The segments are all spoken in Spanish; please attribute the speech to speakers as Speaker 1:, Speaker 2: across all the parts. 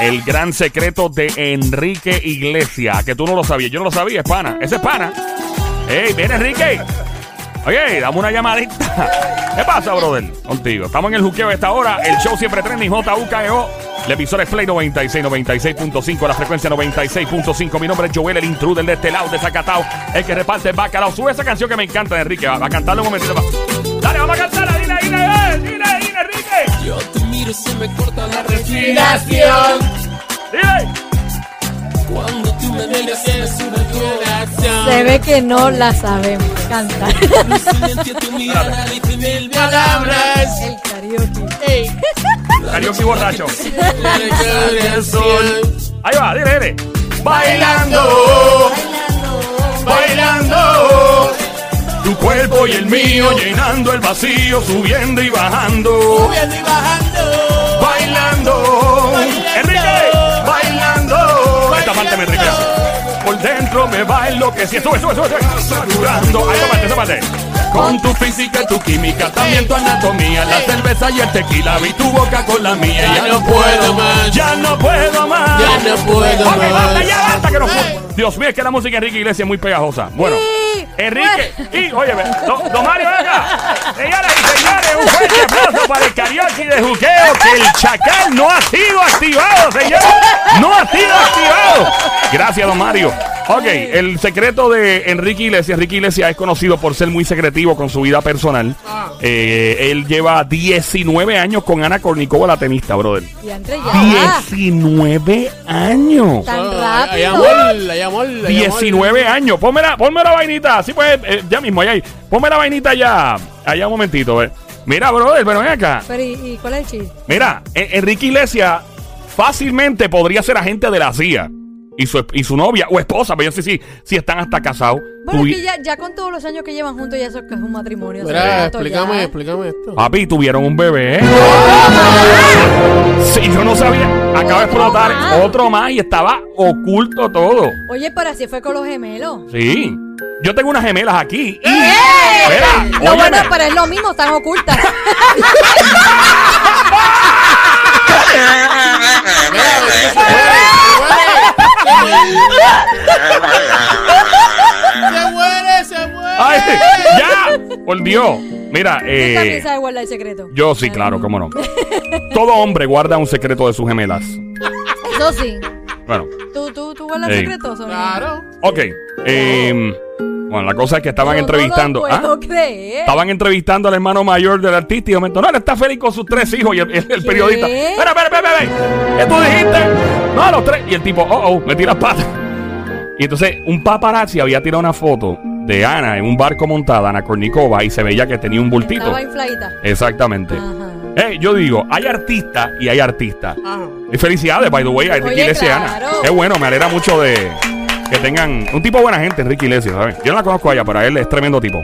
Speaker 1: El gran secreto de Enrique Iglesias. Que tú no lo sabías. Yo no lo sabía, es pana. Ese es pana. ¡Ey, ven, Enrique! Oye, dame una llamadita. ¿Qué pasa, brother? Contigo. Estamos en el juqueo de esta hora. El show siempre trending JUKEO. La emisora es Play 96, 96.5, la frecuencia 96.5. Mi nombre es Joel, el intruder de este lado, de Zacatao, el que reparte el bacalao. Sube esa canción que me encanta, de Enrique. Va, va a cantarlo un momentito. va. Dale, vamos a cantarla. Dile, dile, eh, dile, dile, Enrique.
Speaker 2: Yo te miro, se me corta la
Speaker 3: Respiración.
Speaker 1: Dile.
Speaker 2: Cuando tú me miras, se me sube el corazón.
Speaker 4: Se ve que no la sabemos. Canta.
Speaker 2: Mi silencio, tu mirada dice mil
Speaker 3: Palabras.
Speaker 4: El karaoke.
Speaker 1: Karaoke borracho.
Speaker 2: palabras. El sol.
Speaker 1: Ahí va, dile, dile.
Speaker 3: Bailando. Bailando.
Speaker 1: Tu cuerpo y el mío llenando el vacío, subiendo y bajando.
Speaker 3: Subiendo y bajando.
Speaker 1: Bailando. Enrique.
Speaker 3: Bailando.
Speaker 1: Esta parte me enriquece. Por dentro me bailo que si sube, sube, sube, sube. Saturando. Ahí, esa parte, esa parte. Con tu física y tu química, también tu anatomía, la cerveza y el tequila, vi tu boca con la mía.
Speaker 2: Ya no puedo más.
Speaker 1: Ya no puedo más.
Speaker 2: Ya no puedo
Speaker 1: Ok, basta,
Speaker 2: más.
Speaker 1: ya basta que no puedo. Dios mío, es que la música de Enrique Iglesias es muy pegajosa. Bueno.
Speaker 4: Sí.
Speaker 1: Enrique, y oye, ve, don, don Mario, ven acá. Señoras y señores, un fuerte aplauso para el karaoke de juqueo que el chacal no ha sido activado, señor. No ha sido activado. Gracias, don Mario. Ok, el secreto de Enrique Iglesias. Enrique Iglesias es conocido por ser muy secretivo con su vida personal. Eh, él lleva 19 años con Ana Kornikova, la tenista, brother.
Speaker 4: Y André ya.
Speaker 1: 19 años.
Speaker 4: Tan
Speaker 2: Hay
Speaker 4: rápido.
Speaker 2: amor, hay amor, hay amor.
Speaker 1: 19 años. Ponme la, ponme la vainita. Así pues, eh, ya mismo, allá. ahí. Ponme la vainita ya. Allá un momentito. ve. Mira, brother, pero ven acá.
Speaker 4: Pero, ¿y, y cuál es el chiste?
Speaker 1: Mira, En- Enrique Iglesias fácilmente podría ser agente de la CIA. Y su, y su novia o esposa, pero yo sí, sí, si están hasta casados.
Speaker 4: Bueno,
Speaker 1: Tuvi-
Speaker 4: es que ya, ya con todos los años que llevan juntos, ya eso es que es un matrimonio. eso es
Speaker 2: Mira,
Speaker 4: un
Speaker 2: explícame,
Speaker 4: ya.
Speaker 2: explícame esto.
Speaker 1: Papi, tuvieron un bebé. Sí, yo no sabía. Acaba de explotar
Speaker 4: más.
Speaker 1: otro más y estaba oculto todo.
Speaker 4: Oye, pero así fue con los gemelos.
Speaker 1: Sí. Yo tengo unas gemelas aquí. Y, Espera,
Speaker 4: Lo ¡Eh! bueno, pues
Speaker 1: óyeme.
Speaker 4: pero es lo mismo, están ocultas.
Speaker 2: Se muere, se muere.
Speaker 1: ¡Ay! ¡Ya! Por Dios. Mira,
Speaker 4: Tú también
Speaker 1: eh,
Speaker 4: sabes guardar el secreto.
Speaker 1: yo sí, claro, cómo no. Todo hombre guarda un secreto de sus gemelas.
Speaker 4: Eso sí.
Speaker 1: Bueno,
Speaker 4: ¿Tú, tú, tú guardas
Speaker 1: Ey.
Speaker 4: secretos? o no?
Speaker 2: Claro.
Speaker 1: ok. eh, bueno, la cosa es que estaban
Speaker 4: Yo
Speaker 1: entrevistando.
Speaker 4: No lo
Speaker 1: ¿ah?
Speaker 4: puedo creer.
Speaker 1: Estaban entrevistando al hermano mayor del artista y de momento, no, él está feliz con sus tres hijos y el, el- el periodista. Espera, espera, espera, espera. ¿Qué tú dijiste? No, los tres. Y el tipo, oh, oh, me tira patas. Y entonces un paparazzi había tirado una foto de Ana en un barco montada, Ana Kornikova, y se veía que tenía un bultito.
Speaker 4: Estaba infladita.
Speaker 1: Exactamente.
Speaker 4: Ah. Ajá.
Speaker 1: Eh, yo digo, hay artistas y hay artistas.
Speaker 2: Ah.
Speaker 1: Y felicidades, by the way, a Enrique
Speaker 4: Oye,
Speaker 1: Iglesias y Ana.
Speaker 4: claro.
Speaker 1: Es bueno, me alegra mucho de que tengan un tipo buena gente, Enrique Iglesias, ¿sabes? Yo no la conozco a ella, pero él es tremendo tipo.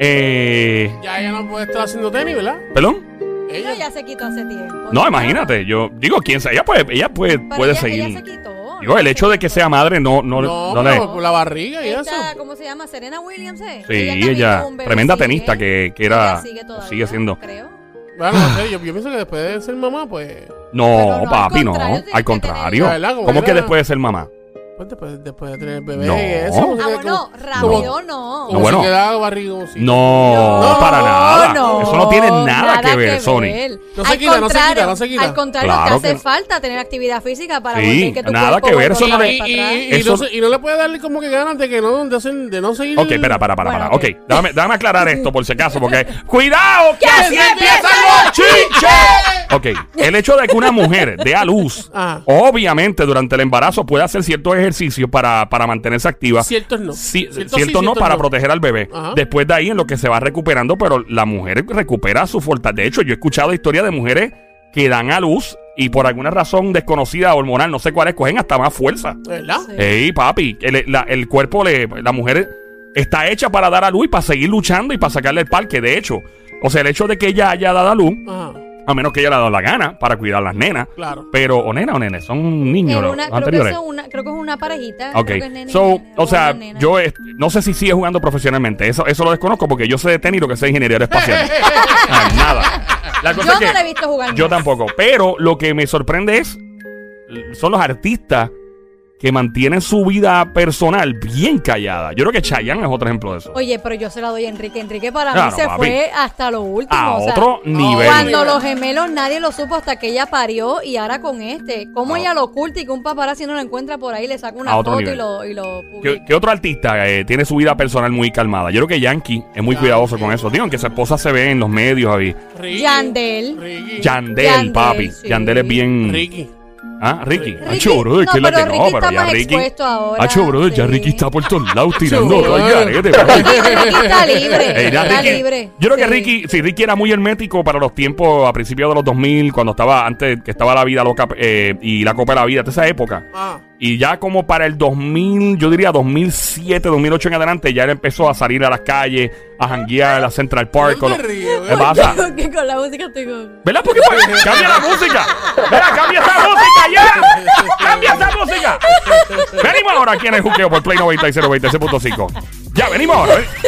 Speaker 1: Eh,
Speaker 2: Ya ella no puede estar haciendo tenis, ¿verdad?
Speaker 1: ¿Perdón?
Speaker 4: Ella
Speaker 2: Ella.
Speaker 4: ya se quitó hace tiempo.
Speaker 1: No, imagínate, yo digo, quién sabe, ella puede, ella puede,
Speaker 4: Pero
Speaker 1: puede
Speaker 4: ella-
Speaker 1: seguir.
Speaker 4: ella se quitó.
Speaker 1: digo, el hecho de que sea madre no, no,
Speaker 2: No,
Speaker 1: no le...
Speaker 2: pero por la barriga y eso.
Speaker 4: Esta, ¿Cómo se llama? Serena Williams. eh?
Speaker 1: Sí,
Speaker 4: también
Speaker 1: ella,
Speaker 4: tuvo un bebé,
Speaker 1: tremenda
Speaker 4: sigue.
Speaker 1: tenista que- que era-
Speaker 4: Ella sigue, todavía,
Speaker 1: sigue siendo.
Speaker 4: Creo.
Speaker 2: Bueno, no sé, yo, yo pienso que después de ser mamá, pues.
Speaker 1: No,
Speaker 4: Pero no,
Speaker 1: papi,
Speaker 4: al
Speaker 1: no,
Speaker 4: contrario, tiene
Speaker 1: al
Speaker 4: que
Speaker 1: contrario.
Speaker 2: tener- ¿Verdad?
Speaker 1: ¿Cómo que
Speaker 2: ¿Verdad?
Speaker 1: después de ser mamá?
Speaker 2: pues después, después de tener el bebé
Speaker 1: No.
Speaker 2: y eso.
Speaker 4: Ah, bueno, rápido no.
Speaker 2: Como
Speaker 1: No, bueno.
Speaker 2: si quedaba barrigón. sí.
Speaker 1: No,
Speaker 4: No,
Speaker 1: para nada.
Speaker 4: no,
Speaker 1: Eso no tiene nada, que ver, Sony.
Speaker 2: No se
Speaker 4: Al
Speaker 2: quita, no se
Speaker 4: contrario,
Speaker 2: quita, no se quita.
Speaker 4: Al contrario,
Speaker 1: Claro
Speaker 4: te
Speaker 1: que
Speaker 4: hace
Speaker 1: no.
Speaker 4: falta tener actividad física para
Speaker 1: Sí,
Speaker 4: volver que tu
Speaker 1: nada
Speaker 4: cuerpo
Speaker 1: que ver, eso no
Speaker 4: vuelva
Speaker 1: le-
Speaker 4: para
Speaker 2: Y,
Speaker 4: atrás.
Speaker 2: y- y
Speaker 1: Eso-
Speaker 2: no, se- y no le puede darle como que ganas de que no, de, hacer- de no seguir.
Speaker 1: Ok, espera, para, para,
Speaker 4: Bueno,
Speaker 1: para. Ok,
Speaker 4: ok.
Speaker 1: Déjame, déjame aclarar esto por si acaso, porque. ¡Cuidado! ¡Que así empiezan los chinches! Ok, el hecho de que una mujer dé a luz,
Speaker 2: Ajá.
Speaker 1: obviamente durante el embarazo puede hacer ciertos ejercicios para, para mantenerse activa.
Speaker 2: Ciertos no.
Speaker 1: Sí,
Speaker 2: Ciertos
Speaker 1: cierto,
Speaker 2: sí,
Speaker 1: no
Speaker 2: ciertos
Speaker 1: para proteger al bebé.
Speaker 2: Ajá.
Speaker 1: Después de ahí en lo que se va recuperando, pero la mujer recupera su fortaleza. De hecho, yo he escuchado historias de mujeres que dan a luz y por alguna razón desconocida hormonal, no sé cuál es, cogen hasta más fuerza.
Speaker 2: ¿Verdad?
Speaker 4: Sí.
Speaker 1: Ey, papi, el, la- el cuerpo, le, la mujer está hecha para dar a luz y para seguir luchando y para sacarle el parque. De hecho, o sea, el hecho de que ella haya dado a luz,
Speaker 2: Ajá,
Speaker 1: a menos que ella le ha dado la gana para cuidar a las nenas,
Speaker 2: claro.
Speaker 1: pero, o nena o nene, son
Speaker 4: En
Speaker 1: niños los
Speaker 4: una- creo, que
Speaker 1: anteriores.
Speaker 4: son una, creo que es una parejita.
Speaker 1: Ok,
Speaker 4: creo que es nene y
Speaker 1: so,
Speaker 4: nene,
Speaker 1: o sea,
Speaker 4: una nena.
Speaker 1: yo eh, no sé si sigue jugando profesionalmente, eso, eso lo desconozco porque yo sé de tenis lo que sé de ingeniería espacial. Ah, Nada. La
Speaker 4: Yo
Speaker 1: cosa es
Speaker 4: no
Speaker 1: que
Speaker 4: la he visto jugar.
Speaker 1: yo
Speaker 4: más.
Speaker 1: tampoco, pero lo que me sorprende es son los artistas que mantienen su vida personal bien callada. Yo creo que Chayanne es otro ejemplo de eso.
Speaker 4: Oye, pero yo se la doy a Enrique. Enrique para
Speaker 1: Claro,
Speaker 4: mí se
Speaker 1: papi.
Speaker 4: fue hasta lo último.
Speaker 1: A
Speaker 4: o sea,
Speaker 1: otro nivel.
Speaker 4: Cuando los gemelos nadie lo supo hasta que ella parió y ahora con este. ¿Cómo ella lo oculta y que un paparazzi no lo encuentra por ahí, le saca una
Speaker 1: A otro
Speaker 4: foto y
Speaker 1: nivel.
Speaker 4: lo, y lo
Speaker 1: ¿Qué,
Speaker 4: publica?
Speaker 1: qué otro artista eh, tiene su vida personal muy calmada? Yo creo que Yankee es muy cuidadoso con eso. Digo, aunque su esposa se ve en los medios ahí.
Speaker 3: Ricky.
Speaker 4: Yandel.
Speaker 3: Ricky.
Speaker 1: Yandel,
Speaker 4: Yandel,
Speaker 1: papi.
Speaker 4: sí.
Speaker 1: Yandel es bien.
Speaker 3: Ricky.
Speaker 1: Ah, Ricky.
Speaker 4: Ricky-
Speaker 1: Ah, choro, es
Speaker 4: no,
Speaker 1: que es la
Speaker 4: pero
Speaker 1: que
Speaker 4: Ricky
Speaker 1: no, pero
Speaker 4: está
Speaker 1: ya
Speaker 4: más
Speaker 1: Ricky.
Speaker 4: expuesto ahora,
Speaker 1: Ah, choro, ya
Speaker 4: sí.
Speaker 1: Ricky está por todos lados tirando
Speaker 3: Choro.
Speaker 1: todo el garete, papi.
Speaker 4: Ricky, Ricky está libre.
Speaker 1: Ey, ya,
Speaker 4: está
Speaker 1: Ricky-
Speaker 4: libre.
Speaker 1: Yo creo que
Speaker 4: Sí.
Speaker 1: Ricky, sí, Ricky era muy hermético para los tiempos a principios de los 2000, cuando estaba antes que estaba la vida loca eh, y la Copa de la Vida, de esa época.
Speaker 3: Ah.
Speaker 1: Y ya como para el 2000, yo diría 2007, 2008 en adelante, ya él empezó a salir a las calles, a janguear a la Central Park.
Speaker 3: No te
Speaker 1: con-
Speaker 3: río,
Speaker 1: ¿Qué pasa?
Speaker 4: Que con la música estoy con-
Speaker 1: ¿Verdad? Porque pa- cambia la música. Mira, cambia esa música ya. Cambia esa música. Venimos ahora aquí en el juqueo por Play 96 96.5. Ya, venimos ahora. ¿eh?